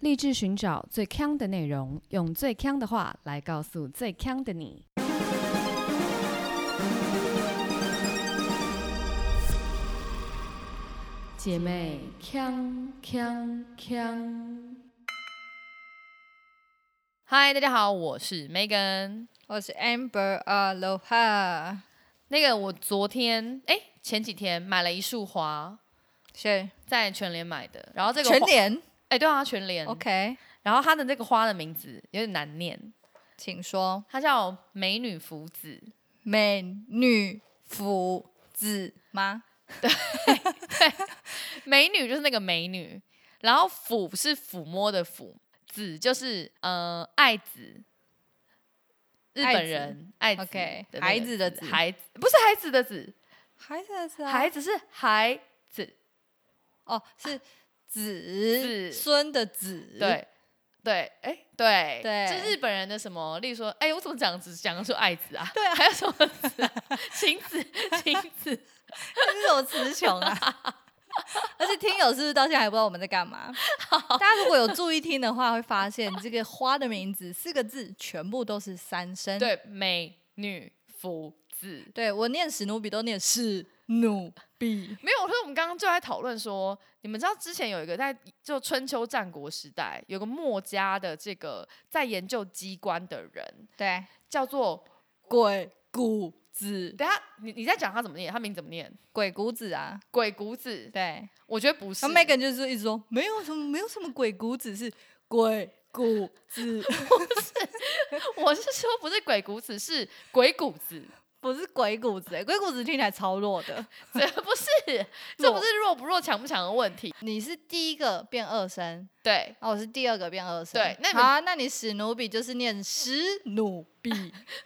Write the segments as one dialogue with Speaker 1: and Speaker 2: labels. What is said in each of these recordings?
Speaker 1: 立志寻找最强的内容，用最强的话来告诉最强的你。姐妹，强强强！
Speaker 2: 嗨，大家好，我是 Megan。
Speaker 3: 我是 Amber Aloha，
Speaker 2: 那个，我昨天哎、前几天买了一束花，
Speaker 3: 是
Speaker 2: 在全联买的。然后这个花
Speaker 3: 全联
Speaker 2: 哎、对啊，全联。
Speaker 3: 嗯，OK，
Speaker 2: 然后它的这个花的名字有点难念，
Speaker 3: 请说。
Speaker 2: 它叫美女福子。
Speaker 3: 美女福子吗？
Speaker 2: 美女就是那个美女，然后抚是抚摸的抚，子就是呃爱子，日
Speaker 3: 爱
Speaker 2: 本
Speaker 3: 子
Speaker 2: 人爱子
Speaker 3: OK，
Speaker 2: 的那
Speaker 3: 孩
Speaker 2: 个
Speaker 3: 子的子
Speaker 2: 孩子不是孩子的子，
Speaker 3: 孩子的子啊，
Speaker 2: 孩子是孩子，
Speaker 3: 哦，是子
Speaker 2: 子
Speaker 3: 孙的子，，
Speaker 2: 对对，哎对
Speaker 3: 对
Speaker 2: 就日本人的什么，例如说，哎，我怎么讲只讲得出爱子啊？
Speaker 3: 对啊
Speaker 2: 还有什么子啊？ 晴子，晴子，
Speaker 3: 这是什么词穷啊？ 而且听友是不是到现在还不知道我们在干嘛？大家如果有注意听的话，会发现这个花的名字四个字全部都是三声。，
Speaker 2: 对，美女福子，
Speaker 3: 对我念史努比都念史努比，
Speaker 2: 没有，我说我们刚刚就在讨论说，你们知道之前有一个在就春秋战国时代有个墨家的这个在研究机关的人
Speaker 3: 对，
Speaker 2: 叫做，
Speaker 3: 鬼谷子，
Speaker 2: 等一下你你在讲他怎么念，他名怎么念？
Speaker 3: 鬼谷子啊，
Speaker 2: 鬼谷子，
Speaker 3: 对，
Speaker 2: 我觉得不是。
Speaker 3: 然后 Megan 就是一直说没有什么，没有什么鬼谷子是鬼谷子，
Speaker 2: 我是说不是鬼谷子，是鬼谷子，
Speaker 3: 不是鬼谷子、欸，鬼谷子听起来超弱的。
Speaker 2: 这不是，这不是弱不弱、强不强的问题。
Speaker 3: 你是第一个变二声，
Speaker 2: 对，
Speaker 3: 啊，我是第二个变二声。
Speaker 2: 对那你
Speaker 3: 好
Speaker 2: 们
Speaker 3: 啊，那你史努比就是念史努 比，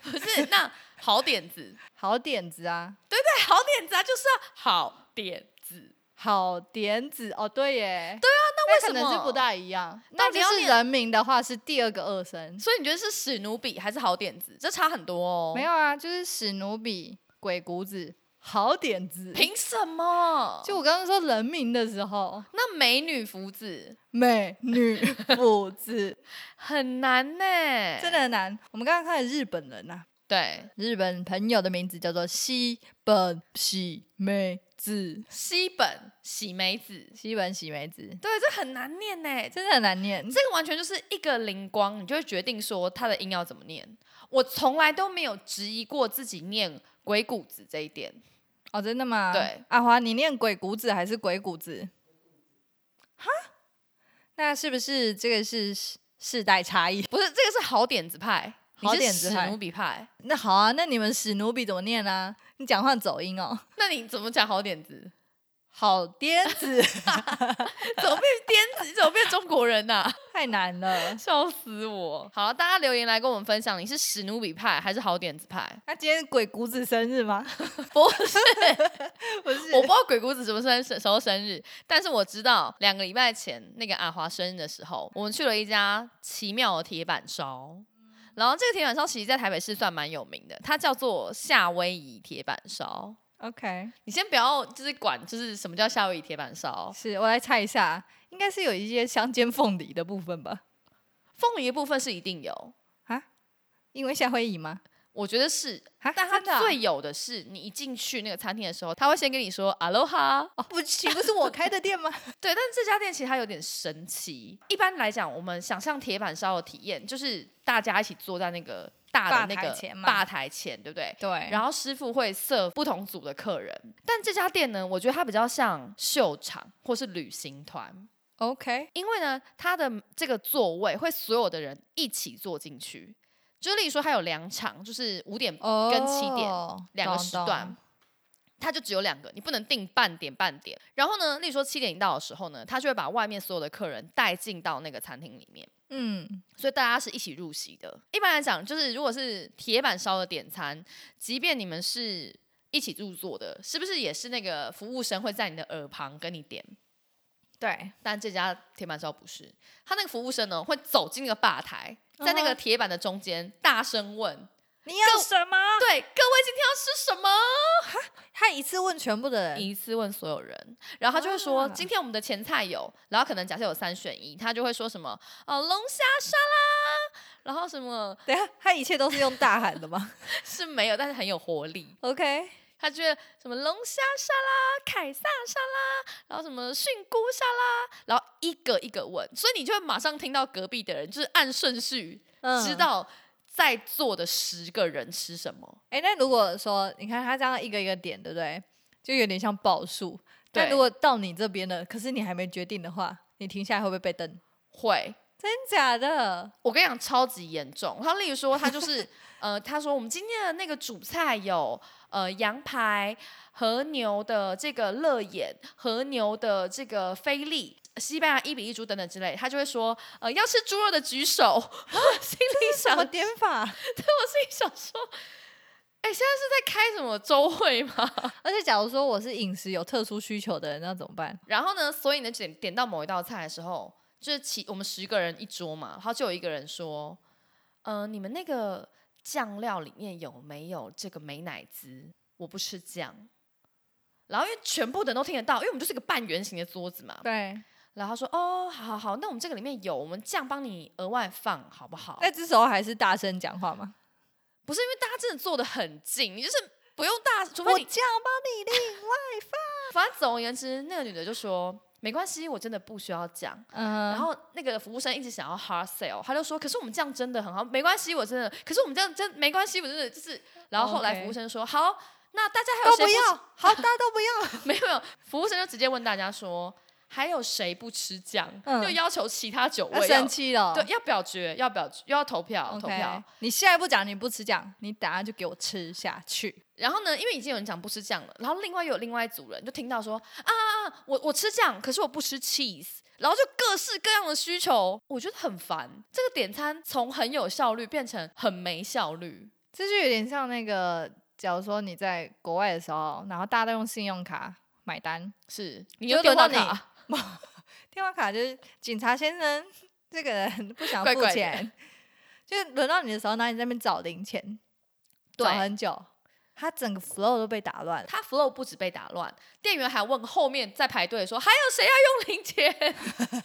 Speaker 2: 不 是那好点子，
Speaker 3: 好点子啊，
Speaker 2: 对，好点子啊，就是要好点子。
Speaker 3: 好点子哦，对耶，对啊，那
Speaker 2: 为什
Speaker 3: 可能是
Speaker 2: 么
Speaker 3: 不大一样？
Speaker 2: 到
Speaker 3: 那
Speaker 2: 底
Speaker 3: 就
Speaker 2: 要
Speaker 3: 是
Speaker 2: 念
Speaker 3: 人名的话是第二个二声，
Speaker 2: 所以你觉得是史努比还是好点子？这差很多哦。
Speaker 3: 没有啊，就是史努比、鬼谷子、好点子。
Speaker 2: 凭什么？
Speaker 3: 就我刚刚说人名的时候，
Speaker 2: 那美女福子
Speaker 3: 美女福子，
Speaker 2: 很难呢、
Speaker 3: 真的很难。我们刚刚看的日本人呐、啊
Speaker 2: 对
Speaker 3: 日本朋友的名字叫做西本喜美子，
Speaker 2: 西本喜美子，
Speaker 3: 西本喜美子，
Speaker 2: 对，这很难念呢、这
Speaker 3: 真的很难念。
Speaker 2: 这个完全就是一个灵光，你就会决定说它的音要怎么念。我从来都没有质疑过自己念鬼谷子这一点。
Speaker 3: 哦，真的吗？
Speaker 2: 对，
Speaker 3: 阿华，你念鬼谷子还是鬼谷子？哈，那是不是这个是世世代差异？
Speaker 2: 不是，这个是好点子派，你
Speaker 3: 好
Speaker 2: 是
Speaker 3: 点子
Speaker 2: 史
Speaker 3: 派
Speaker 2: 努比派，
Speaker 3: 那好啊，那你们史努比怎么念啊？你讲话走音哦，
Speaker 2: 那你怎么讲好点子？
Speaker 3: 好颠子，
Speaker 2: 怎么变颠子？怎么变中国人啊呐、
Speaker 3: 太难了。
Speaker 2: 笑死我！好，大家留言来跟我们分享，你是史努比派还是好点子派？
Speaker 3: 那今天鬼谷子生日吗？
Speaker 2: 不是，
Speaker 3: 不是，
Speaker 2: 我不知道鬼谷子什么生时候生日，但是我知道两个礼拜前那个阿华生日的时候，我们去了一家奇妙的铁板烧。
Speaker 3: 嗯
Speaker 2: 然后这个铁板烧其实在台北市算蛮有名的，它叫做夏威夷铁板烧。
Speaker 3: OK，
Speaker 2: 你先不要就是管就是什么叫夏威夷铁板烧，
Speaker 3: 是我来猜一下，应该是有一些香煎凤梨的部分吧？
Speaker 2: 凤梨的部分是一定有，
Speaker 3: 啊，因为夏威夷吗？
Speaker 2: 我觉得是。
Speaker 3: 啊，
Speaker 2: 但它
Speaker 3: 真的啊
Speaker 2: 最有的是，你一进去那个餐厅的时候，他会先跟你说 “aloha”，
Speaker 3: 哦，不，岂不是我开的店吗？
Speaker 2: 对，但是这家店其实它有点神奇。一般来讲，我们想象铁板烧的体验，就是大家一起坐在那个大的那
Speaker 3: 吧台
Speaker 2: 个
Speaker 3: 前嘛
Speaker 2: 吧台前，对不对？
Speaker 3: 对然后
Speaker 2: 然后师傅会 serve 不同组的客人，但这家店呢，我觉得它比较像秀场或是旅行团，
Speaker 3: OK，
Speaker 2: 因为呢，它的这个座位会所有的人一起坐进去。就例如说，它有两场，就是五点
Speaker 3: 哦，
Speaker 2: 跟七点两个
Speaker 3: 懂
Speaker 2: 时段
Speaker 3: 懂，
Speaker 2: 它就只有两个，你不能定半点半点。然后呢，例如说七点一到的时候呢，他就会把外面所有的客人带进到那个餐厅里面，
Speaker 3: 嗯，
Speaker 2: 所以大家是一起入席的。一般来讲，就是如果是铁板烧的点餐，即便你们是一起入座的，是不是也是那个服务生会在你的耳旁跟你点？
Speaker 3: 对，
Speaker 2: 但这家铁板烧不是，他那个服务生呢会走进那个吧台，在那
Speaker 3: 嗯
Speaker 2: 个
Speaker 3: 哼
Speaker 2: 铁板的中间大声问
Speaker 3: 你要什么？
Speaker 2: 对，各位今天要吃什么？
Speaker 3: 他一次问全部的人，
Speaker 2: 一次问所有人，然后他就会说、
Speaker 3: 啊
Speaker 2: 今天我们的前菜有，然后可能假设有三选一，他就会说什么哦龙虾沙拉，然后什么
Speaker 3: 等一下他一切都是用大喊的吗
Speaker 2: 是没有，但是很有活力。
Speaker 3: ？OK，
Speaker 2: 他觉得什么龙虾沙拉、凯撒沙拉，然后什么菌菇沙拉，然后一个一个问，所以你就会马上听到隔壁的人就是按顺序
Speaker 3: 嗯
Speaker 2: 知。道在座的十个人吃什么。
Speaker 3: 哎、那如果说你看他这样一个一个点，对不对？就有点像报数。但
Speaker 2: 对
Speaker 3: 如果到你这边了，可是你还没决定的话，你停下来会不会被瞪？
Speaker 2: 会，
Speaker 3: 真假的？
Speaker 2: 我跟你讲，超级严重。他例如说，他就是呃，他说我们今天的那个主菜有呃羊排、和牛的这个乐眼、和牛的这个菲力。西班牙一比一猪等等之类，他就会说，呃，要吃猪肉的举手。 我 心里
Speaker 3: 什
Speaker 2: 想，
Speaker 3: 么
Speaker 2: 对
Speaker 3: 点法？
Speaker 2: 我心里想说，哎、现在是在开什么周会吗？
Speaker 3: 而且假如说我是饮食有特殊需求的人，那怎么办？
Speaker 2: 然后呢，所以呢，点点到某一道菜的时候，就是其我们十个人一桌嘛，然后就有一个人说：“嗯、你们那个酱料里面有没有这个美乃滋？我不吃酱。”然后因为全部的人都听得到，因为我们就是一个半圆形的桌子嘛。
Speaker 3: 对，
Speaker 2: 然后他说：“哦，好好好，那我们这个里面有，我们酱帮你额外放，好不好？”
Speaker 3: 那这时候还是大声讲话吗？
Speaker 2: 不是因为大家真的坐的很近，你就是不用大，除非
Speaker 3: 我
Speaker 2: 你
Speaker 3: 酱帮你另外，
Speaker 2: 反正总而言之，那个女的就说：“没关系，我真的不需要酱。”
Speaker 3: 嗯，
Speaker 2: 然后那个服务生一直想要 hard sell，他就说：“可是我们这样真的很好，没关系，我真的，可是我们这样真没关系，我真的就是。”然后后来
Speaker 3: 哦 OK
Speaker 2: 服务生说：“好，那大家还
Speaker 3: 都
Speaker 2: 有谁
Speaker 3: 不
Speaker 2: 吃
Speaker 3: 要，好，大家都 不要。
Speaker 2: 没有没有，服务生就直接问大家说：“还有谁不吃酱？”
Speaker 3: 嗯
Speaker 2: 就要求其他九
Speaker 3: 要
Speaker 2: 位要
Speaker 3: 生气了，
Speaker 2: 对要表决，要表决，要投票投票
Speaker 3: ，OK。。你现在不讲，你不吃讲，你等下就给我吃下去。
Speaker 2: 然后呢，因为已经有人讲不吃酱了，然后另外又有另外一组人就听到说：“啊，我我吃酱，可是我不吃 cheese。”然后就各式各样的需求，我觉得很烦。这个点餐从很有效率变成很没效率。
Speaker 3: 这就有点像那个，假如说你在国外的时候，然后大家都用信用卡买单，
Speaker 2: 是，你
Speaker 3: 就
Speaker 2: 又
Speaker 3: 丢
Speaker 2: 丢
Speaker 3: 到
Speaker 2: 到 卡，
Speaker 3: 电话卡就是警察先生这个人不想
Speaker 2: 怪
Speaker 3: 付
Speaker 2: 怪的
Speaker 3: 钱，就轮到你的时候，然后你在那边找零钱，找
Speaker 2: 对
Speaker 3: 很久，他整个 flow 都被打乱了。
Speaker 2: 他 flow 不止被打乱，店员还问后面在排队的说：“还有谁要用零钱？”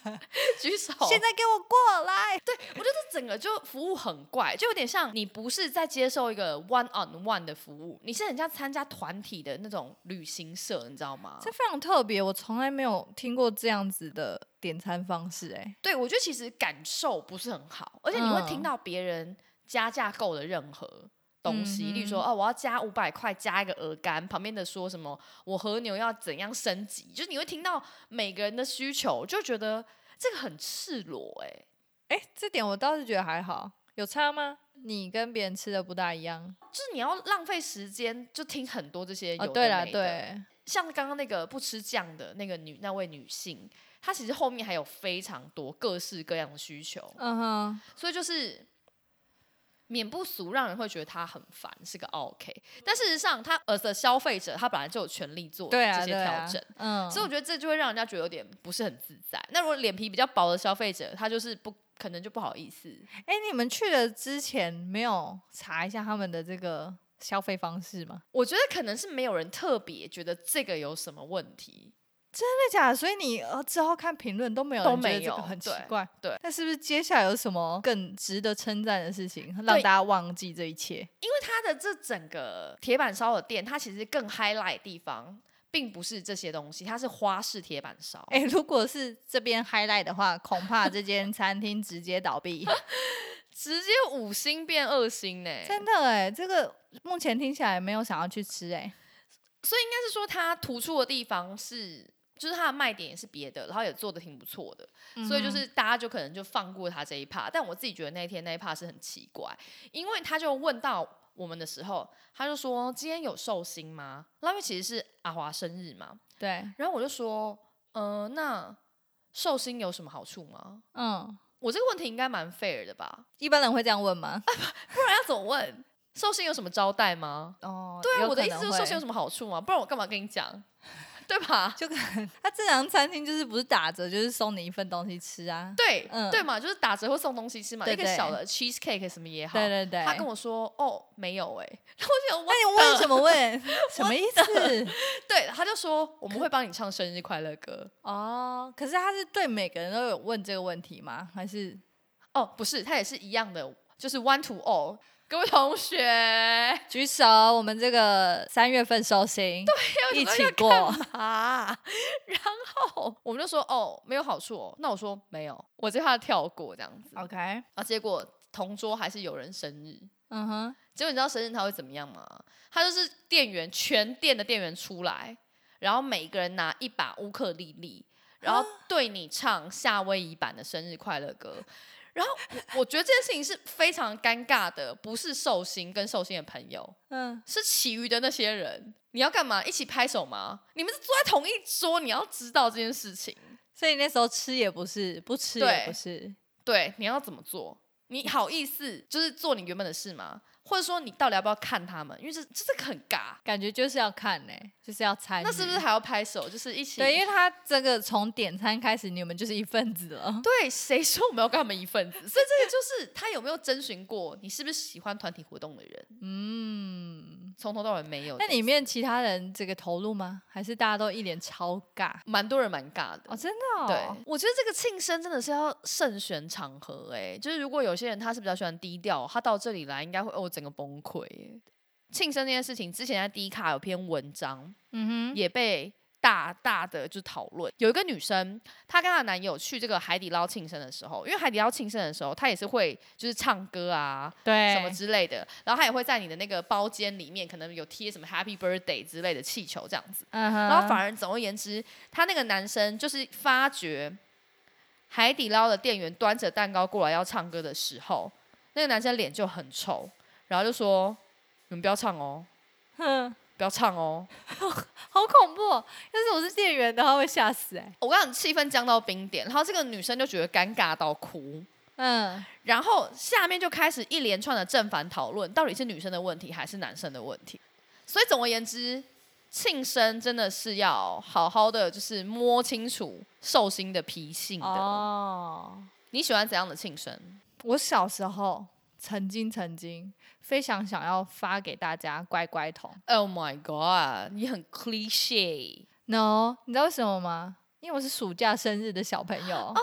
Speaker 2: 举手。
Speaker 3: 现在给我过来！
Speaker 2: 我觉得这整个就服务很怪，就有点像你不是在接受一个 one on one 的服务，你是很像参加团体的那种旅行社，你知道吗？
Speaker 3: 这非常特别，我从来没有听过这样子的点餐方式、哎，
Speaker 2: 对我觉得其实感受不是很好，而且你会
Speaker 3: 嗯
Speaker 2: 听到别人加价购的任何。东西，例如说，
Speaker 3: 嗯
Speaker 2: 哦，我要加五百块，加一个鹅肝，旁边的说什么，我和牛要怎样升级，就是你会听到每个人的需求，就觉得这个很赤裸、欸，
Speaker 3: 哎、这点我倒是觉得还好，有差吗？你跟别人吃的不大一样
Speaker 2: 就是你要浪费时间，就听很多这些有
Speaker 3: 哦。
Speaker 2: 的
Speaker 3: 对啦，
Speaker 2: 没的，
Speaker 3: 对，
Speaker 2: 像刚刚那个不吃酱的那个女那位女性，她其实后面还有非常多各式各样的需求，
Speaker 3: 嗯哼，
Speaker 2: 所以就是免不俗，让人会觉得她很烦，是个 OK。但事实上，她而的消费者，她本来就有权利做
Speaker 3: 对啊，
Speaker 2: 这些
Speaker 3: 对
Speaker 2: 调
Speaker 3: 啊
Speaker 2: 整。
Speaker 3: 嗯，
Speaker 2: 所以我觉得这就会让人家觉得有点不是很自在。那如果脸皮比较薄的消费者，他就是不可能就不好意思。
Speaker 3: 哎、你们去了之前没有查一下他们的这个消费方式吗？
Speaker 2: 我觉得可能是没有人特别觉得这个有什么问题，
Speaker 3: 真的假的？所以你呃之后看评论都没有
Speaker 2: 都
Speaker 3: 人觉得
Speaker 2: 没
Speaker 3: 这个
Speaker 2: 有
Speaker 3: 很奇
Speaker 2: 对
Speaker 3: 怪。
Speaker 2: 对
Speaker 3: 那是不是接下来有什么更值得称赞的事情，让
Speaker 2: 对
Speaker 3: 大家忘记这一切？
Speaker 2: 因为它的这整个铁板烧的店，它其实更 highlight 的地方，并不是这些东西，它是花式铁板烧。
Speaker 3: 哎、 如果是这边 highlight 的话，恐怕这间餐厅直接倒闭。
Speaker 2: 直接五星变二星呢、
Speaker 3: 真的哎、这个目前听起来没有想要去吃哎、
Speaker 2: 所以应该是说它突出的地方是，就是它的卖点也是别的，然后也做的挺不错的，所以就
Speaker 3: 嗯哼
Speaker 2: 是大家就可能就放过它这一趴。但我自己觉得那一天那一趴是很奇怪，因为他就问到我们的时候，他就说今天有寿星吗？那因为其实是阿华生日嘛，
Speaker 3: 对，
Speaker 2: 然后我就说，嗯、那寿星有什么好处吗？
Speaker 3: 嗯，
Speaker 2: 我这个问题应该蛮 fair 的吧？
Speaker 3: 一般人会这样问
Speaker 2: 啊
Speaker 3: 吗？
Speaker 2: 不然要怎么问？寿星有什么招待吗？
Speaker 3: 哦，
Speaker 2: 对啊，
Speaker 3: 有
Speaker 2: 我的
Speaker 3: 可
Speaker 2: 意思
Speaker 3: 能
Speaker 2: 就是寿
Speaker 3: 会
Speaker 2: 星有什么好处吗？不然我干嘛跟你讲？对吧？
Speaker 3: 就可能他正常餐厅就是不是打折，就是送你一份东西吃啊。
Speaker 2: 对，
Speaker 3: 嗯
Speaker 2: 对嘛，就是打折或送东西吃嘛，
Speaker 3: 对
Speaker 2: 一
Speaker 3: 对
Speaker 2: 个小的 cheesecake 什么也好。
Speaker 3: 对对对，
Speaker 2: 他跟我说：“哦，没有 哎、然后我就想，
Speaker 3: 那你
Speaker 2: 问
Speaker 3: 问什么问？ 什么意思？
Speaker 2: 对，他就说我们会帮你唱生日快乐歌。
Speaker 3: 哦，可是他是对每个人都有问这个问题吗？还是
Speaker 2: 哦，不是，他也是一样的，就是 one to all。各位同 学，
Speaker 3: 举手？我们这个三月份收心，对一起过。
Speaker 2: 啊，然后我们就说哦，没有好处哦。那我说没有，我就怕他跳过这样子。
Speaker 3: OK，嗯
Speaker 2: 啊，结果同桌还是有人生日。
Speaker 3: 哼，
Speaker 2: 结果你知道生日他会怎么样吗？他就是店员，全店的店员出来，然后每个人拿一把乌克丽丽，然后对你唱夏威夷版的生日快乐歌。然后我我觉得这件事情是非常尴尬的，不是寿星跟寿星的朋友，
Speaker 3: 嗯，
Speaker 2: 是其余的那些人。你要干嘛？一起拍手吗？你们是坐在同一桌，你要知道这件事情。
Speaker 3: 所以你那时候吃也不是，不吃也
Speaker 2: 对
Speaker 3: 不是。
Speaker 2: 对，你要怎么做？你好意思就是做你原本的事吗？或者说你到底要不要看他们？因为这这个很尬。
Speaker 3: 感觉就是要看呢、就是要参与。
Speaker 2: 那是不是还要拍手？就是一起
Speaker 3: 嗯对，因为他这个从点餐开始，你们就是一份子 了。
Speaker 2: 对谁说我们要跟他们一 份子？所以这个就是他有没有征询过你是不是喜欢团体活动的人？
Speaker 3: 嗯，
Speaker 2: 从头到尾没有的。
Speaker 3: 那里面其他人这个投入吗？还是大家都一脸超尬？
Speaker 2: 蛮多人蛮尬的
Speaker 3: 哦，。真的、哦，
Speaker 2: 对，我觉得这个庆生真的是要慎选场合、哎，就是如果有些人他是比较喜欢低调，他到这里来应该会哦整个崩溃、哎庆生这件事情，之前在 D 卡有篇文章，
Speaker 3: 嗯哼，
Speaker 2: 也被大大的就讨论。有一个女生，她跟她男友去这个海底捞庆生的时候，因为海底捞庆生的时候，她也是会就是唱歌啊
Speaker 3: 对，
Speaker 2: 什么之类的，然后她也会在你的那个包间里面可能有贴什么 Happy Birthday 之类的气球这样子。
Speaker 3: 嗯哼，
Speaker 2: 然后反而总而言之，她那个男生就是发觉海底捞的店员端着蛋糕过来要唱歌的时候，那个男生脸就很臭，然后就说：“你们不要唱哦，
Speaker 3: 哼，
Speaker 2: 不要唱哦。”
Speaker 3: 好恐怖哦！要是我是店员的话，会吓死哎、
Speaker 2: 我刚你气氛降到冰点，然后这个女生就觉得尴尬到哭，
Speaker 3: 嗯，
Speaker 2: 然后下面就开始一连串的正反讨论，到底是女生的问题还是男生的问题。所以总而言之，庆生真的是要好好的，就是摸清楚寿星的脾性的。
Speaker 3: 哦，
Speaker 2: 你喜欢怎样的庆生？
Speaker 3: 我小时候曾经曾经非常想要发给大家乖乖桶
Speaker 2: Oh my god！你很 cliche，
Speaker 3: ，no，你知道为什么吗？因为我是暑假生日的小朋友哦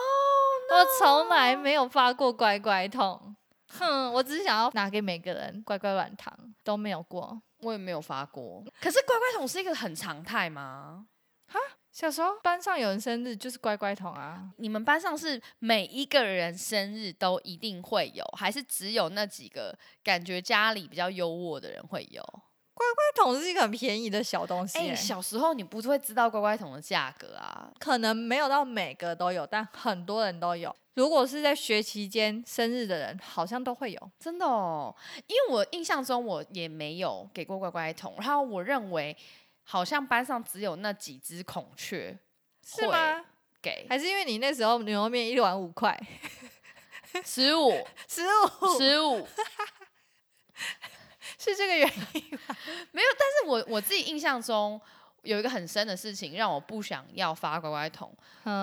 Speaker 3: 我从来没有发过乖乖桶。哼，我只是想要拿给每个人乖乖软糖，都没有过。
Speaker 2: 我也没有发过。可是乖乖桶是一个很常态吗？
Speaker 3: 小时候班上有人生日就是乖乖桶啊，
Speaker 2: 你们班上是每一个人生日都一定会有，还是只有那几个感觉家里比较优渥的人会有？
Speaker 3: 乖桶是一个很便宜的小东西
Speaker 2: 哎、
Speaker 3: 欸
Speaker 2: 小时候你不会知道乖乖桶的价格啊。
Speaker 3: 可能没有到每个都有，但很多人都有。如果是在学期间生日的人，好像都会有。
Speaker 2: 真的哦，因为我印象中我也没有给过乖乖桶，然后我认为好像班上只有那几只孔雀
Speaker 3: 是吗？
Speaker 2: 给
Speaker 3: 还是因为你那时候牛肉面一碗五块，
Speaker 2: 十五
Speaker 3: 十五
Speaker 2: 十五，
Speaker 3: 哦 是这个原因？
Speaker 2: 但是我我自己印象中有一个很深的事情让我不想要发乖乖桶，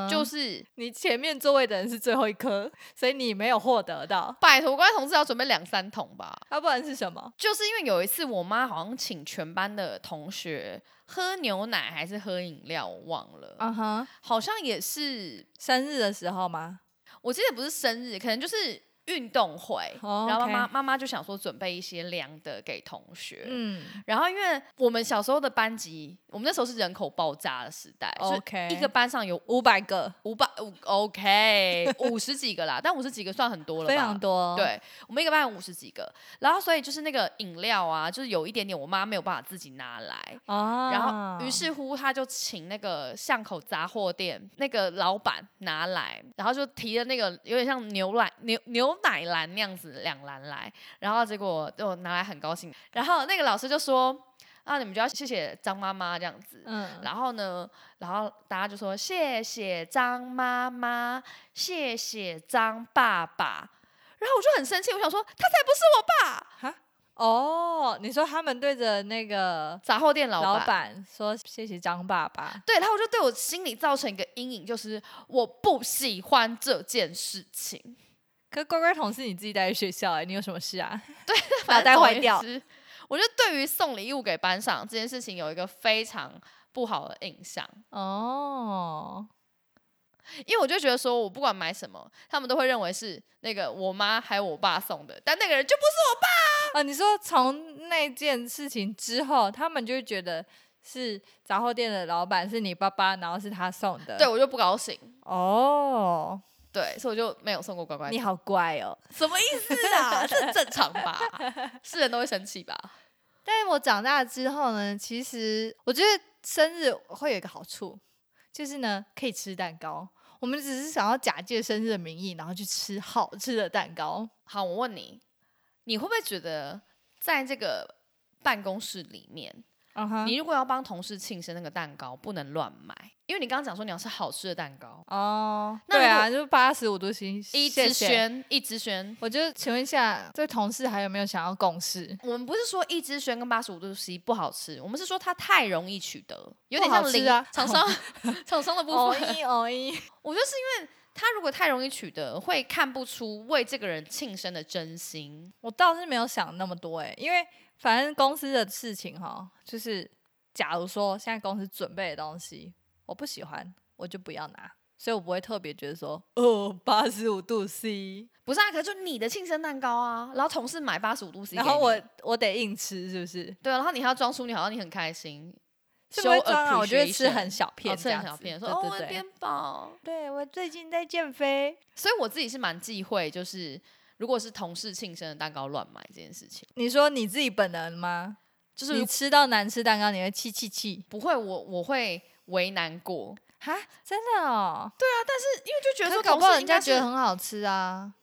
Speaker 2: 就
Speaker 3: 就是你前面座位的人是最后一颗，所以你没有获得到。啊
Speaker 2: 拜托乖乖桶至少准备两三桶吧。
Speaker 3: 要不然是什么？
Speaker 2: 就是因为有一次，我妈好像请全班的同学喝牛奶还是喝饮料，我忘了，
Speaker 3: 嗯哼，
Speaker 2: 好像也是，
Speaker 3: 生日的时候吗？
Speaker 2: 我记得不是生日，可能就是运动会。
Speaker 3: 哦
Speaker 2: 然后妈
Speaker 3: OK
Speaker 2: 妈妈妈就想说准备一些凉的给同学。
Speaker 3: 嗯
Speaker 2: 然后因为我们小时候的班级，我们那时候是人口爆炸的时代所以
Speaker 3: ，OK，
Speaker 2: 一个班上有
Speaker 3: 五百个，
Speaker 2: 五百五 OK 五十几个啦，但五十几个算很多了吧，
Speaker 3: 非常多。，
Speaker 2: 对，我们一个班有五十几个，然后所以就是那个饮料啊，就是有一点点我妈没有办法自己拿来，
Speaker 3: 啊，
Speaker 2: 然后于是乎她就请那个巷口杂货店那个老板拿来，然后就提了那个有点像牛奶牛牛奶篮那样子两篮来，然后结果就拿来很高兴，然后那个老师就说啊，你们就要谢谢张妈妈这样子，
Speaker 3: 嗯，
Speaker 2: 然后呢，然后大家就说谢谢张妈妈，谢谢张爸爸。然后我就很生气，我想说他才不是我爸，
Speaker 3: 哦，你说他们对着那个
Speaker 2: 杂货店老
Speaker 3: 老
Speaker 2: 板。
Speaker 3: 板说谢谢张爸爸，
Speaker 2: 对，然后我就对我心里造成一个阴影，就是我不喜欢这件事 情，
Speaker 3: 可乖乖桶是你自己带去学校哎、你有什么事啊？
Speaker 2: 反
Speaker 3: 袋
Speaker 2: 正总
Speaker 3: 坏
Speaker 2: 而言
Speaker 3: 掉
Speaker 2: 之。我就对于送礼物给班上这件事情有一个非常不好的印象，
Speaker 3: 哦，
Speaker 2: 因为我就觉得说我不管买什么，他们都会认为是那个我妈还有我爸送的，但那个人就不是我爸。
Speaker 3: 啊，你说从那件事情之后，他们就会觉得是杂货店的老板是你爸爸，然后是他送的。
Speaker 2: 对，我就不高兴，
Speaker 3: 哦，
Speaker 2: 对，所以我就没有送过乖乖。
Speaker 3: 你好乖哦。
Speaker 2: 什么意思啊？这正常吧？ 是人都会生气吧？
Speaker 3: 但是我长大之后呢，其实我觉得生日会有一个好处，就是呢可以吃蛋糕。我们只是想要假借生日的名义，然后去吃好吃的蛋糕。
Speaker 2: 好，我问你，你会不会觉得在这个办公室里面，
Speaker 3: 嗯哼
Speaker 2: 你如果要帮同事庆生那个蛋糕，不能乱买，因为你刚刚讲说你要吃好吃的蛋糕，
Speaker 3: 哦，
Speaker 2: 那
Speaker 3: 对
Speaker 2: 如果
Speaker 3: 啊，就八十五度 C，
Speaker 2: 一
Speaker 3: 谢
Speaker 2: 之
Speaker 3: 谢。
Speaker 2: 轩，一之轩。
Speaker 3: 我就请问一下，这位同事还有没有想要共事？
Speaker 2: 我们不是说一之轩跟八十五度 C 不好吃，我们是说它太容易取得，有点
Speaker 3: 不好
Speaker 2: 像
Speaker 3: 吃
Speaker 2: 零、
Speaker 3: 啊
Speaker 2: 厂商厂商的部分。
Speaker 3: 一哦一，
Speaker 2: 我就是因为它如果太容易取得，会看不出为这个人庆生的真心。
Speaker 3: 我倒是没有想那么多哎、因为反正公司的事情哈，就是假如说现在公司准备的东西我不喜欢，我就不要拿，所以我不会特别觉得说哦八十五度 C，
Speaker 2: 不是啊，可是就你的庆生蛋糕啊，然后同事买八十五度 C，
Speaker 3: 然
Speaker 2: 给
Speaker 3: 后
Speaker 2: 你
Speaker 3: 我我得硬吃是不是？
Speaker 2: 对啊，然后你还要装出你好像你很开心，
Speaker 3: 是不会
Speaker 2: Show
Speaker 3: 装啊，我就会吃
Speaker 2: appreciation
Speaker 3: 很小片
Speaker 2: 哦吃
Speaker 3: 这样
Speaker 2: 很
Speaker 3: 子，
Speaker 2: 小片，说
Speaker 3: 对
Speaker 2: 哦
Speaker 3: 对
Speaker 2: 我的
Speaker 3: 对
Speaker 2: 边宝。
Speaker 3: 对我最近在减肥，
Speaker 2: 所以我自己是蛮忌讳，就是如果是同事庆生的蛋糕乱买这件事情，
Speaker 3: 你说你自己本人吗？
Speaker 2: 就是
Speaker 3: 你
Speaker 2: 如
Speaker 3: 吃到难吃蛋糕，你会气气气
Speaker 2: 不会我我会为难过，
Speaker 3: 哈，真的哦。对，
Speaker 2: 是因为就觉得
Speaker 3: 可
Speaker 2: 说
Speaker 3: 是搞
Speaker 2: 同
Speaker 3: 不好
Speaker 2: 事
Speaker 3: 人
Speaker 2: 应
Speaker 3: 家
Speaker 2: 该
Speaker 3: 觉得
Speaker 2: 是
Speaker 3: 很好吃啊。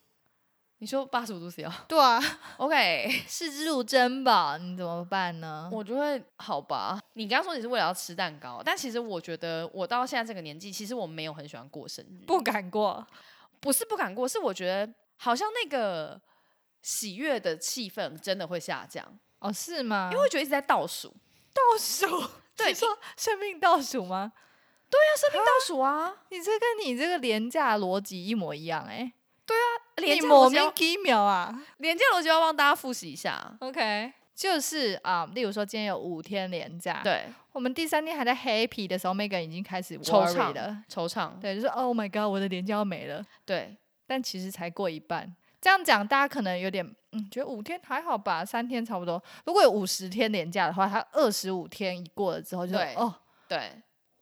Speaker 2: 你说八十五度 C 哦
Speaker 3: 对啊，
Speaker 2: ，OK，
Speaker 3: 视之如珍吧，你怎么办呢？
Speaker 2: 我就会好吧。你刚刚说你是为了要吃蛋糕，但其实我觉得我到现在这个年纪，其实我没有很喜欢过生日，
Speaker 3: 不敢过，
Speaker 2: 不是不敢过，是我觉得好像那个喜悦的气氛真的会下降，
Speaker 3: 哦，是吗？
Speaker 2: 因为我觉得一直在倒数，
Speaker 3: 倒 数，
Speaker 2: 对
Speaker 3: 你说生命倒数吗？
Speaker 2: 倒数啊，
Speaker 3: 你这跟你这个廉价逻辑一模一样哎、
Speaker 2: 廉
Speaker 3: 你
Speaker 2: 价
Speaker 3: 莫
Speaker 2: 逻辑
Speaker 3: 名
Speaker 2: 要，
Speaker 3: 其妙啊。
Speaker 2: 廉价逻辑要帮大家复习一下。
Speaker 3: OK，就是啊、例如说今天有五天连假，，
Speaker 2: 对，
Speaker 3: 我们第三天还在 happy 的时候，Megan 已经开始
Speaker 2: 惆
Speaker 3: worry
Speaker 2: 怅
Speaker 3: 了，
Speaker 2: 惆怅，
Speaker 3: 对，就是 Oh my God，我的连假要没了，
Speaker 2: 对，
Speaker 3: 但其实才过一半。这样讲，大家可能有点嗯，觉得五天还好吧，三天差不多。如果有五十天连假的话，他二十五天一过了之后就，
Speaker 2: 对
Speaker 3: 哦，
Speaker 2: 对，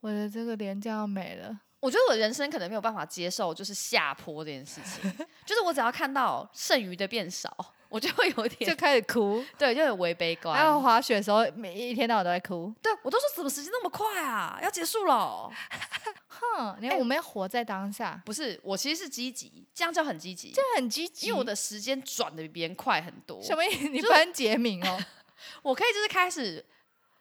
Speaker 3: 我的这个廉价要没 了。
Speaker 2: 我觉得我人生可能没有办法接受就是下坡这件事情， 就是我只要看到剩余的变少，我就会
Speaker 3: 就
Speaker 2: 有点
Speaker 3: 开始哭。
Speaker 2: 对，就有违悲观
Speaker 3: 还。有滑雪的时候，每一天到晚都在哭。
Speaker 2: 对我都说什么时间那么快啊，要结束了。
Speaker 3: 哼，你看
Speaker 2: 哎
Speaker 3: 我们要活在当下，
Speaker 2: 不是，我其实是积极，这样叫很积极，
Speaker 3: 这很积极。
Speaker 2: 因为我的时间转的比别人快很多。
Speaker 3: 什么意 思？你
Speaker 2: 就
Speaker 3: 班杰明哦，
Speaker 2: 我可以就是开始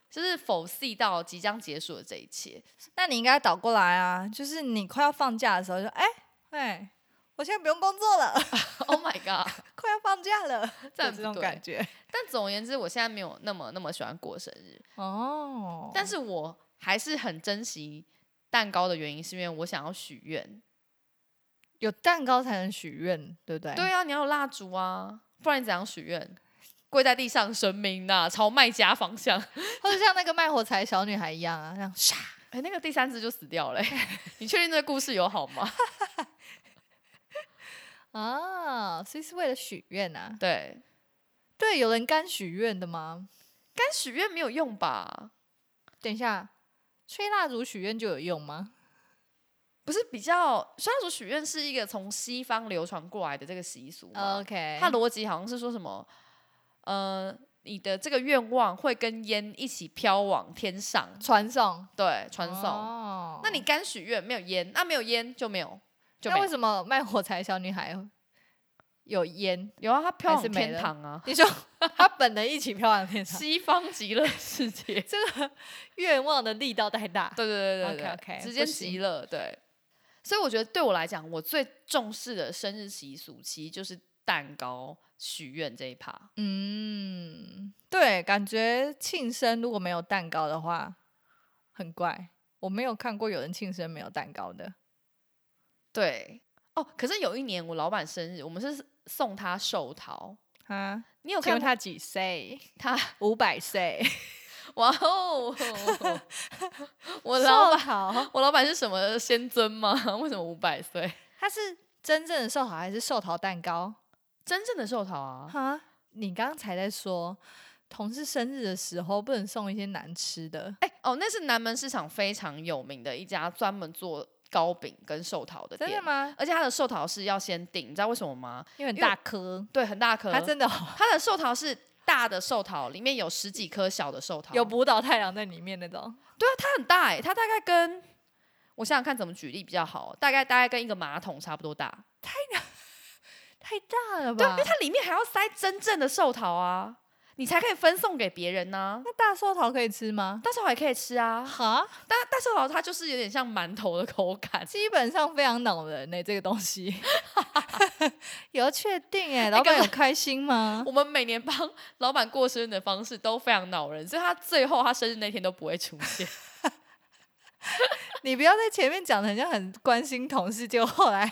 Speaker 2: 就是否 e 到即将结束的这一切。
Speaker 3: 那你应该倒过来啊，就是你快要放假的时候就，哎哎，我现在不用工作了，
Speaker 2: oh my god！
Speaker 3: 快要放假了，就
Speaker 2: 这
Speaker 3: 这
Speaker 2: 样不
Speaker 3: 种
Speaker 2: 对
Speaker 3: 感觉。
Speaker 2: 但总而言之，我现在没有那么那么喜欢过生日，
Speaker 3: 哦，
Speaker 2: 但是我还是很珍惜蛋糕的原因，是因为我想要许愿。
Speaker 3: 有蛋糕才能许愿，对不对？
Speaker 2: 对啊，你要有蜡烛啊，不然你怎样许愿？跪在地上，神明呐、朝卖家方向。
Speaker 3: 或者像那个卖火柴小女孩一样啊，这样唰，
Speaker 2: 哎、那个第三只就死掉了、欸 你确定这个故事有好吗？
Speaker 3: 啊，所以是为了许愿啊。
Speaker 2: 对，
Speaker 3: 对，有人干许愿的吗？
Speaker 2: 干许愿没有用吧？
Speaker 3: 等一下，吹蜡烛许愿就有用吗？
Speaker 2: 不是比较，虽然说许愿是一个从西方流传过来的这个习俗嘛
Speaker 3: OK，
Speaker 2: 它逻辑好像是说什么，呃，你的这个愿望会跟烟一起飘往天上，
Speaker 3: 传送，
Speaker 2: 对，传送。
Speaker 3: 哦
Speaker 2: 那你干许愿没有烟，那没有烟就没有，就
Speaker 3: 那
Speaker 2: 没
Speaker 3: 为
Speaker 2: 有。
Speaker 3: 什么卖火柴小女 孩有烟？
Speaker 2: 有啊，它飘
Speaker 3: 还是
Speaker 2: 往
Speaker 3: 没
Speaker 2: 天
Speaker 3: 了
Speaker 2: 堂 啊，
Speaker 3: 你说 她本人一起飘往天上，
Speaker 2: 西方极乐世 界。
Speaker 3: 这个 愿望的力道太大。
Speaker 2: 对对对对对
Speaker 3: OK，OK，
Speaker 2: 直
Speaker 3: 不
Speaker 2: 接
Speaker 3: 行
Speaker 2: 极乐。对，所以我觉得对我来讲，我最重视的生日习俗其实就是蛋糕许愿这一趴。
Speaker 3: 嗯，对，感觉庆生如果没有蛋糕的话，很怪。我没有看过有人庆生没有蛋糕的。
Speaker 2: 对，哦，可是有一年我老板生日，我们是送他寿桃。
Speaker 3: 啊，
Speaker 2: 你有
Speaker 3: 请
Speaker 2: 看
Speaker 3: 问
Speaker 2: 过
Speaker 3: 他几岁？
Speaker 2: 他？
Speaker 3: 五百 岁。
Speaker 2: 哇 哦！我老
Speaker 3: 寿
Speaker 2: 板，
Speaker 3: 桃，
Speaker 2: 我老板是什么仙尊吗？ 为什么五百岁？
Speaker 3: 他是真正的寿桃还是寿桃蛋糕？
Speaker 2: 真正的寿桃啊？
Speaker 3: 哈，你刚才在说同事生日的时候不能送一些难吃的，
Speaker 2: 哎、哦，那是南门市场非常有名的一家专门做糕饼跟寿桃的
Speaker 3: 真
Speaker 2: 店。
Speaker 3: 的？吗？
Speaker 2: 而且它的寿桃是要先订，你知道为什么吗？
Speaker 3: 因为很
Speaker 2: 因为
Speaker 3: 大颗，
Speaker 2: 对，很大颗。
Speaker 3: 它真的好
Speaker 2: 它的寿桃是大的寿桃，里面有十几颗小的寿桃。
Speaker 3: 有补倒太阳在里面那种。
Speaker 2: 对啊，它很大哎、它大概跟我想想看怎么举例比较好，大概大概跟一个马桶差不多大。
Speaker 3: 太大了
Speaker 2: 对
Speaker 3: 吧
Speaker 2: 啊，因为？它里面还要塞真正的寿桃啊，你才可以分送给别人呢、啊
Speaker 3: 那大寿桃可以吃吗？
Speaker 2: 大寿还可以吃啊，
Speaker 3: 哈，
Speaker 2: 但大寿桃它就是有点像馒头的 口感。
Speaker 3: 基本上非常恼人呢、这个东 西。有要确定哎、老
Speaker 2: 干
Speaker 3: 板
Speaker 2: 嘛
Speaker 3: 有开心吗？
Speaker 2: 我们每年帮老板过生日的方式都非常恼人，所以他最后他生日那天都不会出 现。
Speaker 3: 你不要在前面讲的很像很关心同事，结果后来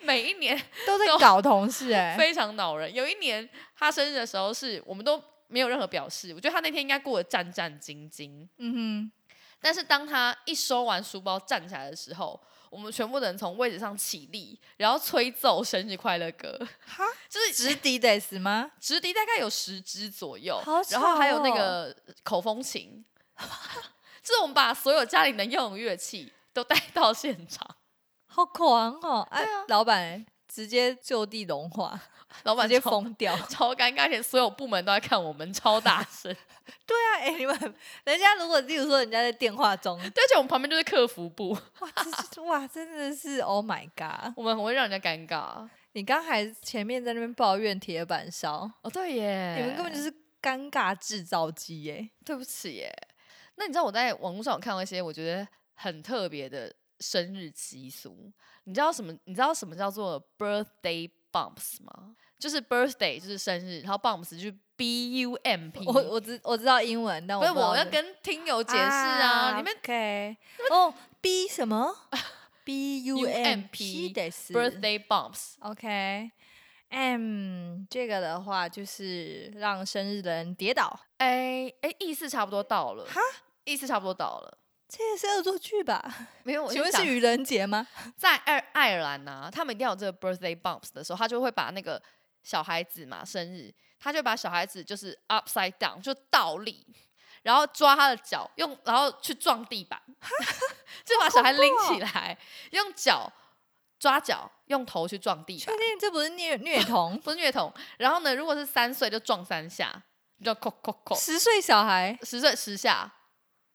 Speaker 2: 每一年
Speaker 3: 都在
Speaker 2: 都
Speaker 3: 搞同事 哎、
Speaker 2: 非常恼人。有一年他生日的时候是，我们都没有任何表示，我觉得他那天应该过得战战兢兢。
Speaker 3: 嗯
Speaker 2: 但是当他一收完书包站起来的时候，我们全部的人从位置上起立，然后吹奏生日快乐歌，
Speaker 3: 哼，哈，
Speaker 2: 就是
Speaker 3: 直敌得死吗？
Speaker 2: 直笛大概有十支左右，
Speaker 3: 好
Speaker 2: 然后还有那
Speaker 3: 吵哦
Speaker 2: 个口风琴，就是我们把所有家里能用的乐器都带到现场。
Speaker 3: 好狂哦！哎、老板、直接就地融化，
Speaker 2: 老板
Speaker 3: 直接
Speaker 2: 超
Speaker 3: 疯掉。
Speaker 2: 超尴尬，而且所有部门都在看我们，超大声。
Speaker 3: 对啊，哎、你们人家如果例如说人家在电话中，
Speaker 2: 对而且我们旁边就是客服部，
Speaker 3: 哇，这是哇，真的是 Oh my god！
Speaker 2: 我们很会让人家尴尬。
Speaker 3: 你刚才前面在那边抱怨铁板烧，
Speaker 2: 哦，对耶，
Speaker 3: 你们根本就是尴尬制造机欸耶、
Speaker 2: 对不起耶。那你知道我在网络上有看到一些我觉得很特别的生日习俗，你知道什么？你知道什么叫做 birthday bumps 吗？就是 birthday 就是生日，然后 bumps 就是 b u m p。
Speaker 3: 我我知我知道英文，但
Speaker 2: 不是
Speaker 3: 我
Speaker 2: 我要跟听友解释啊，你们
Speaker 3: OK 哦、B 什 么 B U M P 得死
Speaker 2: birthday bumps
Speaker 3: OK。M 这个的话就是让生日的人跌倒，
Speaker 2: 哎哎意思差不多到了
Speaker 3: 哈，
Speaker 2: 意思差不多到了。
Speaker 3: 这也是恶作剧吧？
Speaker 2: 没有，我
Speaker 3: 请问
Speaker 2: 讲
Speaker 3: 是愚人节吗？
Speaker 2: 在爱爱尔兰呐、他们一定要有这个 birthday bumps 的时候，他就会把那个小孩子嘛生日，他就把小孩子就是 upside down 就倒立，然后抓他的脚，用然后去撞地板， 就把小孩拎起来，用脚抓脚，用头去撞地
Speaker 3: 确
Speaker 2: 板，
Speaker 3: 定这不是虐虐童？
Speaker 2: 不是虐童。然后呢，如果是三岁就撞三下，就扣扣扣，
Speaker 3: 十岁小孩、
Speaker 2: 十岁十下。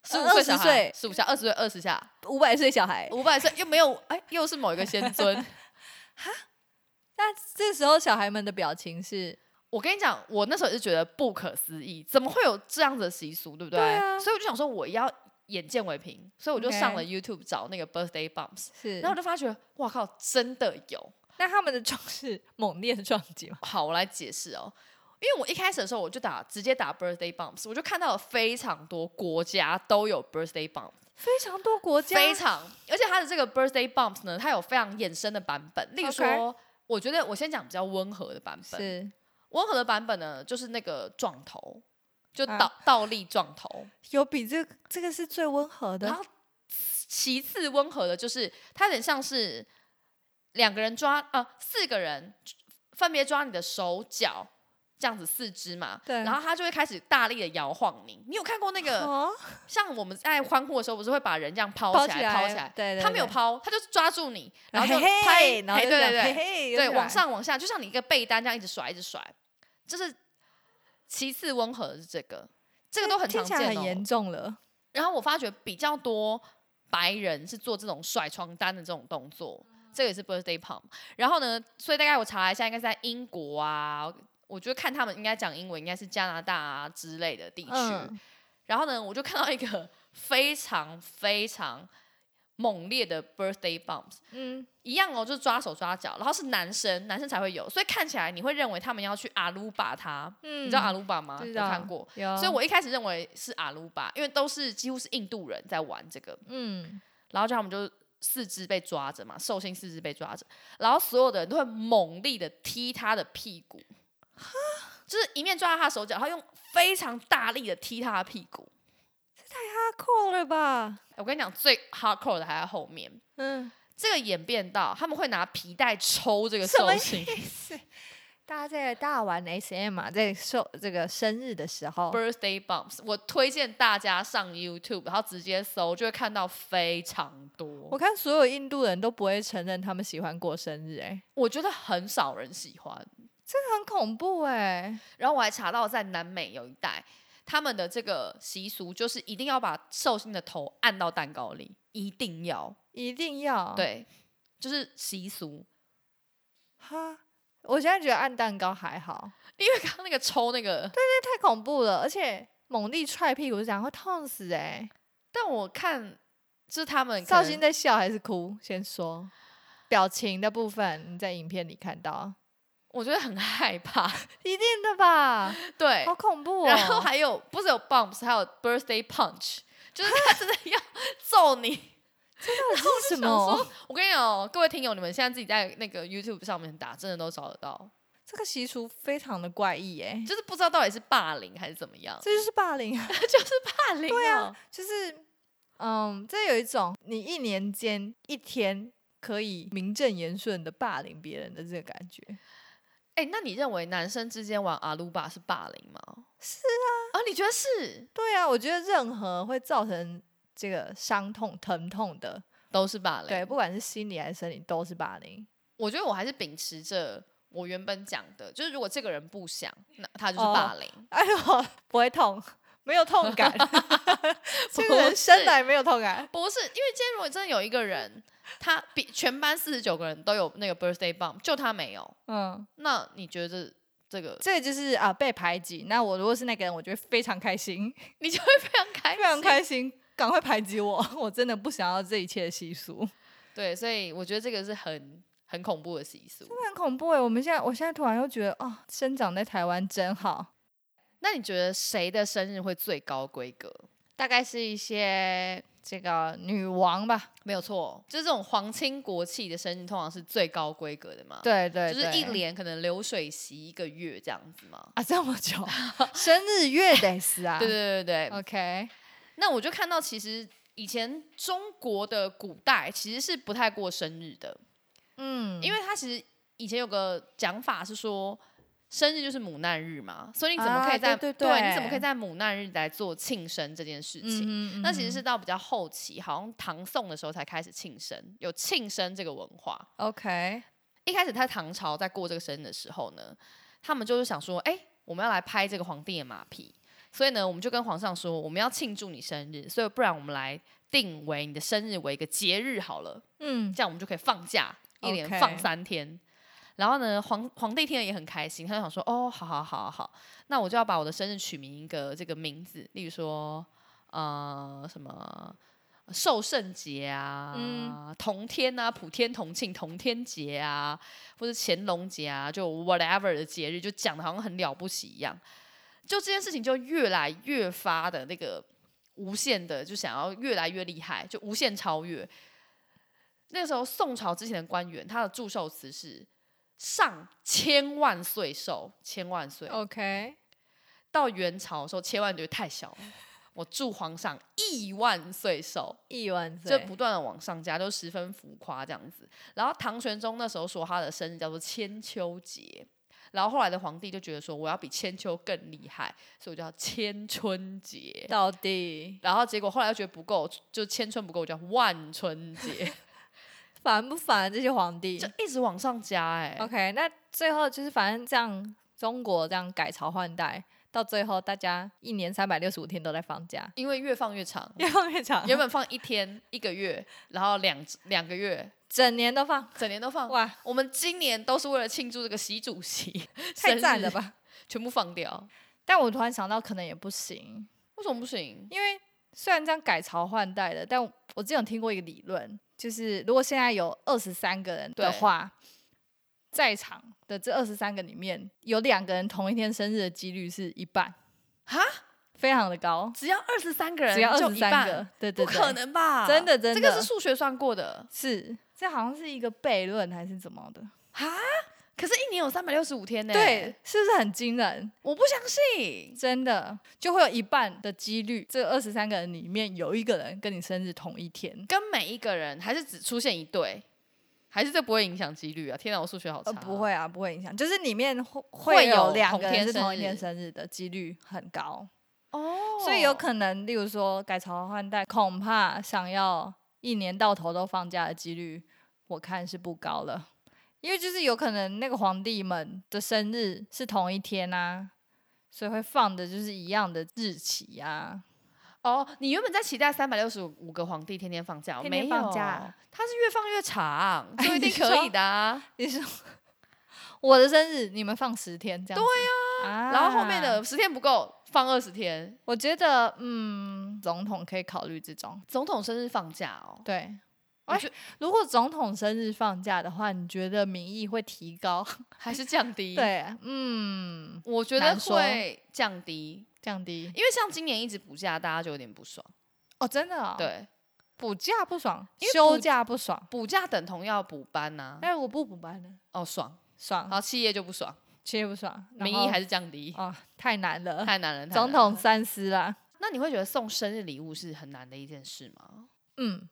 Speaker 2: 十五
Speaker 3: 呃
Speaker 2: 岁小
Speaker 3: 20
Speaker 2: 孩
Speaker 3: 岁，
Speaker 2: 十五下，二十岁二十下，
Speaker 3: 五百岁小孩，
Speaker 2: 五百岁又没有，哎，又是某一个仙尊，
Speaker 3: 那这时候小孩们的表情是
Speaker 2: 我跟你讲，我那时候也是觉得不可思议，怎么会有这样子的习俗，对不对？
Speaker 3: 对啊
Speaker 2: 所以我就想说，我要眼见为凭，所以我就上了
Speaker 3: OK
Speaker 2: YouTube 找那个 birthday bumps，
Speaker 3: 是，
Speaker 2: 然后我就发觉，哇靠，真的有！
Speaker 3: 那他们的撞是猛烈撞击吗？
Speaker 2: 好，我来解释哦。因为我一开始的时候，我就打直接打 birthday bumps，我就看到了非常多国家都有 birthday bump，
Speaker 3: 非常多国家，
Speaker 2: 非常，而且它的这个 birthday bumps 呢，它有非常衍生的版本，例如说
Speaker 3: OK
Speaker 2: 我觉得我先讲比较温和的版本，
Speaker 3: 是
Speaker 2: 温和的版本呢，就是那个撞头，就
Speaker 3: 啊
Speaker 2: 倒、倒立撞头。
Speaker 3: 有比这个这个是最温和
Speaker 2: 然
Speaker 3: 的
Speaker 2: 后其次温和的就是，它有点像是两个人抓呃四个人分别抓你的手脚这样子四肢嘛，
Speaker 3: 对
Speaker 2: 然后他就会开始大力的摇晃你。你有看过那个
Speaker 3: 哦，
Speaker 2: 像我们在欢呼的时候，不是会把人这样抛
Speaker 3: 抛
Speaker 2: 起
Speaker 3: 起
Speaker 2: 来抛
Speaker 3: 来
Speaker 2: 起来？
Speaker 3: 对对
Speaker 2: 他没有
Speaker 3: 对
Speaker 2: 抛，他就是抓住你，然后就
Speaker 3: 嘿嘿
Speaker 2: 拍，
Speaker 3: 然后
Speaker 2: 嘿
Speaker 3: 就这
Speaker 2: 对对
Speaker 3: 样嘿
Speaker 2: 对，
Speaker 3: 嘿
Speaker 2: 对，
Speaker 3: 又起
Speaker 2: 往
Speaker 3: 来
Speaker 2: 上往下，就像你一个被单这样一直甩，一直甩，就是其次温和的是这个，这个都很
Speaker 3: 哎听
Speaker 2: 常
Speaker 3: 起来
Speaker 2: 见
Speaker 3: 很严
Speaker 2: 哦。
Speaker 3: 重了。
Speaker 2: 然后我发觉比较多白人是做这种甩床单的这种动作，这个也是 birthday pump。然后呢，所以大概我查了一下，应该是在英国啊，我觉得看他们应该讲英文，应该是加拿大啊之类的地区。
Speaker 3: 嗯，
Speaker 2: 然后呢，我就看到一个非常非常猛烈的 birthday bumps，
Speaker 3: 嗯，
Speaker 2: 一样哦，就是抓手抓脚，然后是男生，男生才会有，所以看起来你会认为他们要去阿鲁巴他，
Speaker 3: 嗯
Speaker 2: 你知道阿鲁巴吗？
Speaker 3: 知
Speaker 2: 有
Speaker 3: 道嗯
Speaker 2: 看过，
Speaker 3: 有，
Speaker 2: 所以我一开始认为是阿鲁巴，因为都是几乎是印度人在玩这个，
Speaker 3: 嗯，
Speaker 2: 然后就他们就四肢被抓着嘛，寿星四肢被抓着，然后所有的人都会猛力的踢他的屁股，就是一面抓他的手脚，然后用非常大力的踢他的屁股。
Speaker 3: 太酷了吧？
Speaker 2: 我跟你讲，最 hardcore 的还在后面，
Speaker 3: 嗯，
Speaker 2: 这个演变到他们会拿皮带抽这个
Speaker 3: 什
Speaker 2: 寿
Speaker 3: 么
Speaker 2: 星。
Speaker 3: 意思？大家在大玩 SM 啊，在受这个生日的时候，
Speaker 2: birthday bumps，我推荐大家上 YouTube，然后直接搜，就会看到非常多。
Speaker 3: 我
Speaker 2: 我
Speaker 3: 看所有印度人都不会承认他们喜欢过生日、哎，
Speaker 2: 我觉得很少人喜欢。
Speaker 3: 很恐怖哎、
Speaker 2: 然后我还查到，在南美有一带，他们的这个习俗就是一定要把寿星的头按到蛋糕里，一定要、
Speaker 3: 一定要，
Speaker 2: 对，就是习俗。
Speaker 3: 哈。我现在觉得按蛋糕还好，
Speaker 2: 因为刚刚那个抽那个，
Speaker 3: 这太恐怖了，而且猛力踹屁股是这样会痛死哎、
Speaker 2: 但我看就是他们可
Speaker 3: 绍
Speaker 2: 能
Speaker 3: 兴在笑还是哭？先说表情的部分，你在影片里看到，
Speaker 2: 我觉得很害怕，
Speaker 3: 一定的 吧？
Speaker 2: 对，
Speaker 3: 好恐怖哦！
Speaker 2: 然后还有不是有 bumps，还有 birthday punch，就是他真的要 揍你。
Speaker 3: 这是什
Speaker 2: 想说
Speaker 3: 么？，
Speaker 2: 我跟你讲哦，各位听友，你们现在自己在那个 YouTube 上面打，真的都找得到，
Speaker 3: 这个习俗非常的怪异哎、
Speaker 2: 就是不知道到底是霸凌还是怎么样，
Speaker 3: 这就是霸凌啊！
Speaker 2: 就是霸凌、对啊，
Speaker 3: 就是嗯，这有一种你一年间一天可以名正言顺的霸凌别人的这个感觉。
Speaker 2: 哎、那你认为男生之间玩阿鲁巴是霸凌吗？是啊，啊，你觉得是？
Speaker 3: 对啊，我觉得任何会造成这个伤痛、疼痛的，
Speaker 2: 都是霸凌。
Speaker 3: 对，不管是心理还是生理，都是霸凌。
Speaker 2: 我觉得我还是秉持着我原本讲的，就是如果这个人不想，那他就是霸凌。
Speaker 3: 哎呦，不会痛，没有 痛感，这个人生来没有痛感。
Speaker 2: 不是，因为今天如果真的有一个人，他比全班四十九个人都有那个 birthday bump，就他没有，
Speaker 3: 嗯，
Speaker 2: 那你觉得这个
Speaker 3: 这个就是啊被排挤。那我如果是那个人，我就会非常开心，
Speaker 2: 你就会非常开
Speaker 3: 非
Speaker 2: 心，
Speaker 3: 常开心，赶快排挤我， 我真的不想要这一切的习俗。
Speaker 2: 对，所以我觉得这个是很很恐怖的习俗。
Speaker 3: 很恐怖哎！我们现在，我现在突然又觉得，哦，生长在台湾真好。
Speaker 2: 那你觉得谁的生日会最高规格？
Speaker 3: 大概是一些这个女王吧，
Speaker 2: 没有错，就是这种皇亲国戚的生日通常是最高规格的嘛，
Speaker 3: 对对
Speaker 2: 就是一
Speaker 3: 对
Speaker 2: 连可能流水席一个月这样子嘛。
Speaker 3: 啊这么 久，生日月得死啊！
Speaker 2: 对对对对对，
Speaker 3: ，OK，
Speaker 2: 那我就看到其实以前中国的古代其实是不太过生日的，
Speaker 3: 嗯，
Speaker 2: 因为他其实以前有个讲法是说，生日就是母难日嘛，所以你怎么可以在、
Speaker 3: 啊对对对
Speaker 2: 你怎么可以在母难日来做庆生这件事情？
Speaker 3: 嗯
Speaker 2: 那其实是到比较后期，好像唐宋的时候才开始庆生，有庆生这个文化。
Speaker 3: OK，
Speaker 2: 一开始在唐朝在过这个生日的时候呢，他们就是想说，哎、我们要来拍这个皇帝的马屁，所以呢，我们就跟皇上说，我们要庆祝你生日，所以不然我们来定为你的生日为一个节日好了。
Speaker 3: 嗯，
Speaker 2: 这样我们就可以放假，一连
Speaker 3: OK
Speaker 2: 放三天。然后呢，皇皇帝听了也很开心，他就想说：“哦，好好好好好，那我就要把我的生日取名一个这个名字，例如说，呃，什么呃寿圣节啊，
Speaker 3: 嗯
Speaker 2: 同天啊，普天同庆，同天节啊，或者乾隆节啊，就 whatever 的节日，就讲的好像很了不起一样。就这件事情就越来越发的那个无限的，就想要越来越厉害，就无限超越。那时候宋朝之前的官员，他的祝寿词是“上千万岁寿，千万岁”
Speaker 3: 哦，OK，
Speaker 2: 到元朝的时候，千万觉得太小了。我祝皇上亿万岁寿，
Speaker 3: 亿万
Speaker 2: 就
Speaker 3: 岁
Speaker 2: 不，断的往上加，就十分浮夸这样子。然后唐玄宗那时候说他的生日叫做千秋节，然后后来的皇帝就觉得说我要比千秋更厉害，所以我叫千春节。
Speaker 3: 到底
Speaker 2: 然后结果后来又觉得不够，就千春不够，我叫万 春节，
Speaker 3: 烦不烦这些皇帝
Speaker 2: 就一直往上加哎、
Speaker 3: ？OK，那最后就是反正这样，中国这样改朝换代，到最后大家一年三百六十五天都在放假，，
Speaker 2: 因为越放越长
Speaker 3: 越放越长，
Speaker 2: 原本放一天、一个月，然后两两个月，
Speaker 3: 整年都放，
Speaker 2: 整年都放。
Speaker 3: 哇，
Speaker 2: 我们今年都是为了庆祝这个习主席生
Speaker 3: 太
Speaker 2: 日
Speaker 3: 赞了，吧！
Speaker 2: 全部放掉，
Speaker 3: 但我突然想到，可能也不行，
Speaker 2: 为什么不行？
Speaker 3: 因为虽然这样改朝换代的，但我之前有听过一个理论，就是如果现在有二十三个人的
Speaker 2: 对
Speaker 3: 话，在场的这二十三个里面，有两个人同一天生日的几率是一半，
Speaker 2: 哈，
Speaker 3: 非常的高，
Speaker 2: 只要二十三个人，
Speaker 3: 只要二
Speaker 2: 就
Speaker 3: 十
Speaker 2: 一
Speaker 3: 三
Speaker 2: 半，
Speaker 3: 个，对对对，
Speaker 2: 不可能吧？
Speaker 3: 真的真的
Speaker 2: 这个是数学算过的
Speaker 3: 是这好像是一个悖论还是怎么的？
Speaker 2: 哈。可是，一年有三百六十五天呢。
Speaker 3: 对，，是不是很惊人？
Speaker 2: 我不相信。
Speaker 3: 真的，就会有一半的几率，这二十三个人里面有一个人跟你生日同一天。
Speaker 2: 跟每一个人还是只出现一对，还是这不会影响几率啊？天哪，我数学好差、
Speaker 3: 呃，不，会啊，不会影响，就是里面会
Speaker 2: 会
Speaker 3: 会
Speaker 2: 有
Speaker 3: 有两
Speaker 2: 同
Speaker 3: 个人
Speaker 2: 天
Speaker 3: 是
Speaker 2: 生
Speaker 3: 同一天
Speaker 2: 日
Speaker 3: 生日的几率很高，
Speaker 2: 哦
Speaker 3: 所以有可能，例如说改朝换代，恐怕想要一年到头都放假的几率，我看是不高了，因为就是有可能那个皇帝们的生日是同一天啊，所以会放的就是一样的日期啊，
Speaker 2: 哦。你原本在期待三百六十五个皇帝天天放假，哦
Speaker 3: 天天放假
Speaker 2: 没有，他是越放 越长，所以一定
Speaker 3: 你说
Speaker 2: 可以的、啊。
Speaker 3: 你说 我的生日你们放十天这样子？对啊
Speaker 2: 然后后面的十天不够，放二十天。
Speaker 3: 我觉得嗯，总统可以考虑这种。
Speaker 2: 总统生日放假哦，
Speaker 3: 对，
Speaker 2: 我
Speaker 3: 哎
Speaker 2: 觉
Speaker 3: 如果总统生日放假的话，你觉得民意会提高？
Speaker 2: 还是降低？，
Speaker 3: 对，嗯，
Speaker 2: 我觉得
Speaker 3: 难说
Speaker 2: 会降低，
Speaker 3: 降低
Speaker 2: 因为像今年一直补假，大家就有点不爽。
Speaker 3: 哦，真的啊、，
Speaker 2: 对，
Speaker 3: 补假不爽，
Speaker 2: 因为
Speaker 3: 休
Speaker 2: 补
Speaker 3: 假不爽，
Speaker 2: 补假等同要补班呐、
Speaker 3: 但是我不补班了，
Speaker 2: 哦，爽，
Speaker 3: 爽，
Speaker 2: 好，企业就不爽，
Speaker 3: 其实不爽，然
Speaker 2: 民意
Speaker 3: 后
Speaker 2: 还是 降低，
Speaker 3: 哦，太难了，嗯
Speaker 2: 太难了。太
Speaker 3: 总
Speaker 2: 难了
Speaker 3: 统三思啦，
Speaker 2: 那你会觉得送生日礼物是很难的一件事吗？
Speaker 3: 嗯，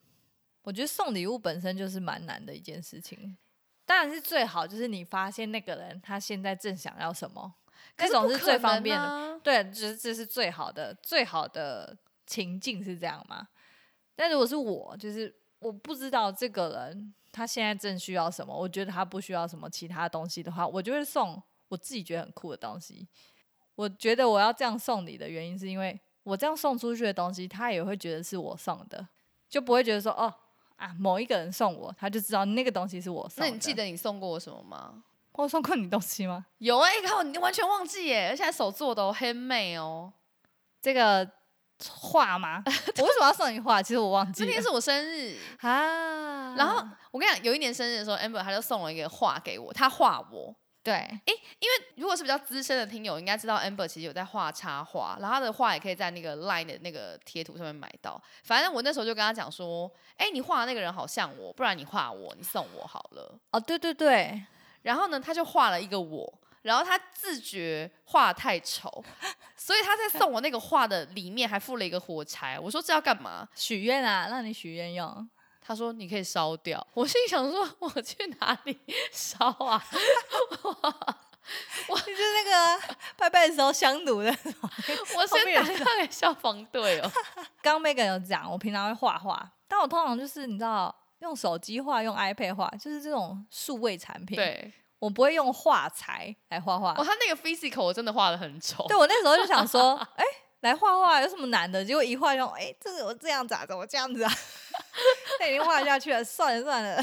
Speaker 3: 我觉得送礼物本身就是蛮难的一件事情。当然是最好，就是你发现那个人他现在正想要什么，这种是最方便的。
Speaker 2: 的。
Speaker 3: 对，就是这是最好的，最好的情境是这样吗？但如果是我，就是我不知道这个人他现在正需要什么，我觉得他不需要什么其他东西的话，我就会送我自己觉得很酷的东西。我觉得我要这样送你的原因，是因为我这样送出去的东西，他也会觉得是我送的，就不会觉得说哦啊某一个人送我，他就知道那个东西是我送
Speaker 2: 那
Speaker 3: 的。
Speaker 2: 你记得你送过我什么吗？
Speaker 3: 我有送过你东西吗？
Speaker 2: 有哎、靠，你完全忘记耶，而且还手做的哦，handmade 哦。
Speaker 3: 这个画吗？ 我为什么要送你画？其实我忘记
Speaker 2: 那
Speaker 3: 了
Speaker 2: 天是我生 日，
Speaker 3: 啊。
Speaker 2: 然后我跟你讲，有一年生日的时候，amber 他就送了一个画给我，他画我。
Speaker 3: 对，
Speaker 2: 如果是比较资深的听友，应该知道 amber 其实有在画插画，然后他的画也可以在那个 line 的那个贴图上面买到。反正我那时候就跟他讲说，哎、你画的那个人好像我，不然你画我，你送我好了。
Speaker 3: 哦，对对对，
Speaker 2: 然后呢，他就画了一个我，然后他自觉画太丑，所以他在送我那个画的里面还附了一个火柴。我说这要干嘛？
Speaker 3: 许愿啊，让你许愿 用。
Speaker 2: 他说你可以烧掉。我心里想说，我去哪里烧啊？
Speaker 3: 就是那个拜拜的时候香炉的。
Speaker 2: 我
Speaker 3: 后
Speaker 2: 先
Speaker 3: 面有
Speaker 2: 打电话给消防队哦。
Speaker 3: 刚 Megan 有讲，我平常会画画，但我通常就是你知道用手机画，用 iPad 画，就是这种数位产品。，
Speaker 2: 对，
Speaker 3: 我不会用画材来画画
Speaker 2: 哦，。他那个 physical 我真的画的很丑
Speaker 3: 对，。我那时候就想说，哎、来画画有什么难的？结果一画就，哎、这个我这样子啊，怎么这样子啊？ 那已经画下去了，算了算了。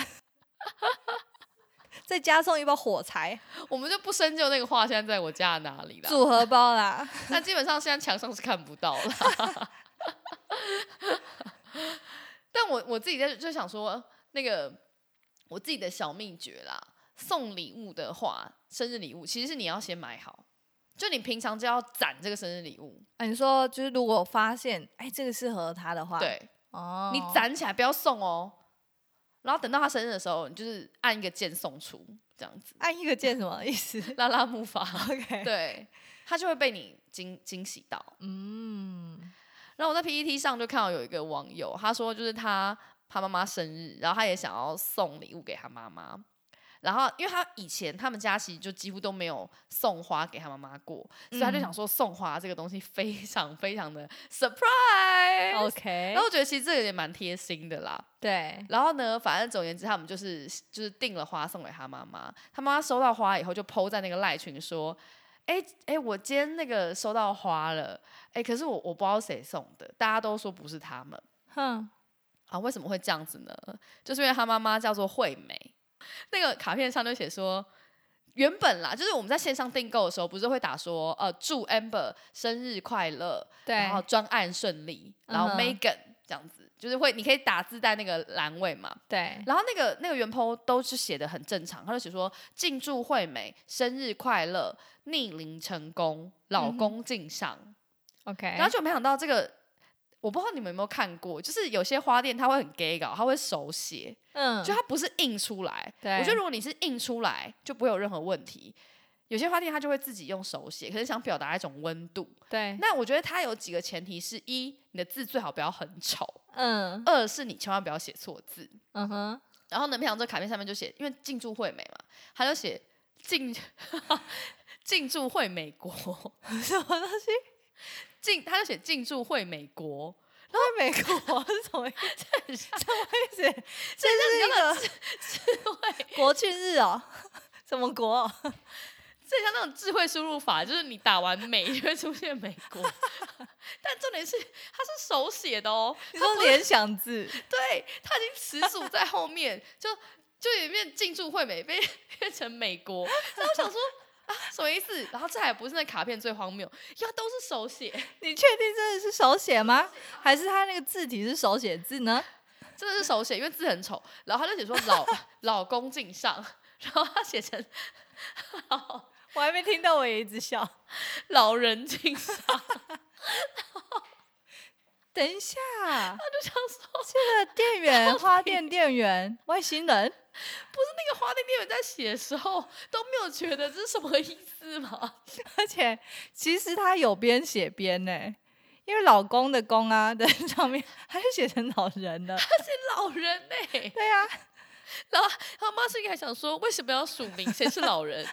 Speaker 3: 再加送一包火 柴
Speaker 2: 我们就不深究那个画现在在我家的哪里了。
Speaker 3: 组合包啦，
Speaker 2: 那基本上现在墙上是看不到了。 但我我自己在就想说，那个我自己的小秘诀啦，送礼物的话，生日礼物其实是你要先买好，就你平常就要攒这个生日礼物，
Speaker 3: 啊，你说就是如果发现哎、这个适合他的话，
Speaker 2: 对
Speaker 3: 哦，
Speaker 2: 你攒起来不要送哦。然后等到他生日的时候，你就是按一个键送出，这样子
Speaker 3: 按一个键什么意思
Speaker 2: 拉拉木筏，
Speaker 3: ？OK，，
Speaker 2: 对，他就会被你惊惊喜到。
Speaker 3: 嗯，
Speaker 2: 然后我在 PPT 上就看到有一个网友，他说就是他他妈妈生日，然后他也想要送礼物给他妈妈。然后，因为他以前他们家其实就几乎都没有送花给他妈妈过，所以他就
Speaker 3: 嗯
Speaker 2: 想说送花这个东西非常非常的 surprise。
Speaker 3: OK，
Speaker 2: 然后我觉得其实这个也蛮贴心的啦。
Speaker 3: 对，
Speaker 2: 然后呢，反正总而言之，他们就是就是订了花送给他妈妈。他妈妈收到花以后，就 PO 在那个赖群说：“哎、哎、我今天那个收到花了，哎、可是我我不知道谁送的，大家都说不是他们
Speaker 3: 哼，
Speaker 2: 啊，为什么会这样子呢？就是因为他妈妈叫做惠美，那个卡片上就写说。”原本啦，就是我们在线上订购的时候，不是会打说呃祝 Amber 生日快乐，
Speaker 3: 对
Speaker 2: 然后专案顺利，然后
Speaker 3: 嗯哼
Speaker 2: Megan 这样子，就是会你可以打字在那个栏位嘛，
Speaker 3: 对，
Speaker 2: 然后那个那个原 po 都是写的很正常，他就写说敬祝惠美生日快乐，逆龄成功，老
Speaker 3: 嗯哼
Speaker 2: 公敬上。
Speaker 3: ，OK，
Speaker 2: 然后就没想到这个，我不知道你们有没有看过，就是有些花店它会很 gay 搞，它会手写，
Speaker 3: 嗯，
Speaker 2: 就它不是印出来。
Speaker 3: 对
Speaker 2: 我觉得如果你是印出来，就不会有任何问题。有些花店它就会自己用手写，可是想表达一种温度。
Speaker 3: 对，
Speaker 2: 那我觉得它有几个前提是：一，你的字最好不要很丑；
Speaker 3: 嗯
Speaker 2: 二是你千万不要写错字。
Speaker 3: 嗯哼，
Speaker 2: 然后呢，平常这卡片上面就写，因为进驻惠美嘛，他就写进 进驻惠美国，
Speaker 3: 什么东西？
Speaker 2: 进他就写进驻惠美国，
Speaker 3: 在美国 是什么意思？
Speaker 2: 很 像
Speaker 3: 什么意思？
Speaker 2: 这是一 个
Speaker 3: 国庆日哦，什么国哦？
Speaker 2: 这像那种智慧输入法，就是你打完美就会出现美国， 但重点是它是手写的哦，
Speaker 3: 你说联想 字？
Speaker 2: 对，它已经词组在后面，就就里面进驻惠美被 变成美国，然后我想说。啊，什么意思？然后这还不是那卡片最荒谬，因为它都是手写，
Speaker 3: 你确定真的是手写吗？还是他那个字体是手写字呢？
Speaker 2: 真的是手写，因为字很丑。然后他就写说老 老公敬上， 然后他写成
Speaker 3: 我还没听到，我也一直笑。
Speaker 2: 老人敬上，
Speaker 3: 等 一下，
Speaker 2: 我就想说
Speaker 3: 这个店 员，花店店员，外星人，
Speaker 2: 那个花店店员在写的时候都没有觉得这是什么意思吗？
Speaker 3: 而且其实他有边写边呢，因为老公的公啊 的上面，他就写成老人了。
Speaker 2: 老人呢、
Speaker 3: 对啊，
Speaker 2: 然后他妈是应该想说，为什么要署名？谁是老人？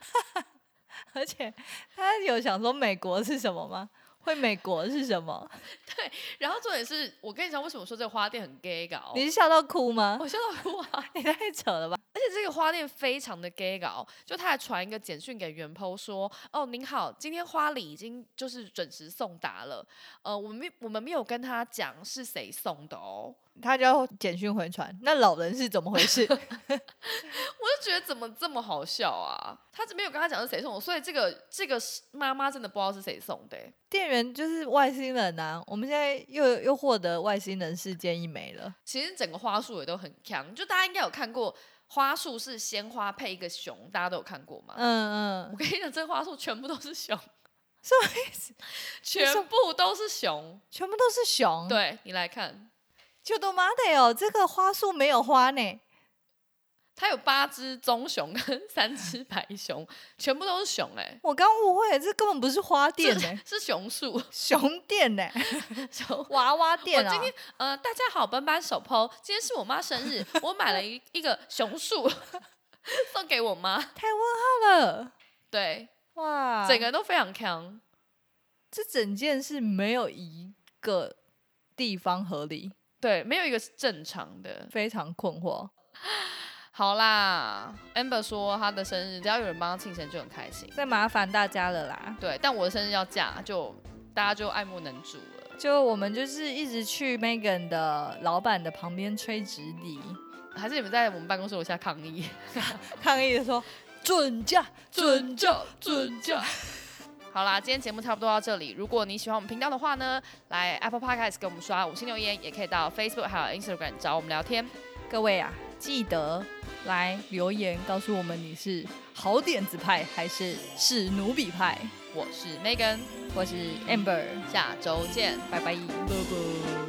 Speaker 3: 而且他有想说美国是什么吗？会美国是什么？
Speaker 2: 然后重点是我跟你讲，为什么说这个花店很 gay 搞？
Speaker 3: 你是笑到哭吗？
Speaker 2: 我笑到哭啊！
Speaker 3: 你太扯了吧！
Speaker 2: 而且这个花店非常的 gay 搞，就他还传一个简讯给袁抛说：“哦，您好，今天花礼已经就是准时送达了。呃，我们没我们没有跟他讲是谁送的哦。”
Speaker 3: 他就要简讯回传，那老人是怎么回 事？
Speaker 2: 我就觉得怎么这么好笑啊！他没有跟他讲是谁送的，所以这个这个是妈妈真的不知道是谁送的欸、
Speaker 3: 店员就是外星人啊！我们现在又又获得外星人事件一枚了。
Speaker 2: 其实整个花束也都很强，就大家应该有看过花束是鲜花配一个熊，大家都有看过吗？
Speaker 3: 嗯嗯，
Speaker 2: 我跟你讲，这花束全部都是熊，
Speaker 3: 什么意思？
Speaker 2: 全部都是熊。
Speaker 3: 全部都是熊。，
Speaker 2: 对你来看，
Speaker 3: 就都妈的哦，这个花束没有花呢。
Speaker 2: 它有八只棕熊跟三只白熊，全部都是熊哎、
Speaker 3: 我刚误会，这根本不是花店呢、
Speaker 2: 是熊树
Speaker 3: 熊店呢、
Speaker 2: 熊。
Speaker 3: 娃娃
Speaker 2: 我
Speaker 3: 店啊
Speaker 2: 今。天呃，大家好，本班首抛，今天是我妈生日，我买了一一个熊树 送给我妈，
Speaker 3: 太问号了，
Speaker 2: 对，
Speaker 3: 哇！
Speaker 2: 整个都非常强。
Speaker 3: 这整件事没有一个地方合理，
Speaker 2: 对，没有一个是正常的。
Speaker 3: 非常困惑。
Speaker 2: 好啦，Amber 说她的生日只要有人帮她庆生就很开心。
Speaker 3: 再麻烦大家了啦。
Speaker 2: 对，但我的生日要嫁，就大家就爱莫能助了。
Speaker 3: 就我们就是一直去 Megan 的老板的旁边吹直笛，
Speaker 2: 还是你们在我们办公室楼下抗议？
Speaker 3: 抗议的说准假准假。
Speaker 2: 教，准教。 好啦，今天节目差不多到这里。如果你喜欢我们频道的话呢，来 Apple Podcast 给我们刷五星留言，也可以到 Facebook 还有 Instagram 找我们聊天。
Speaker 3: 各位啊，记得来留言告诉我们你是好点子派还是是奴比派。
Speaker 2: 我是 Megan，
Speaker 3: 我是 Amber，
Speaker 2: 下周见，
Speaker 3: 拜拜。
Speaker 2: 拜拜。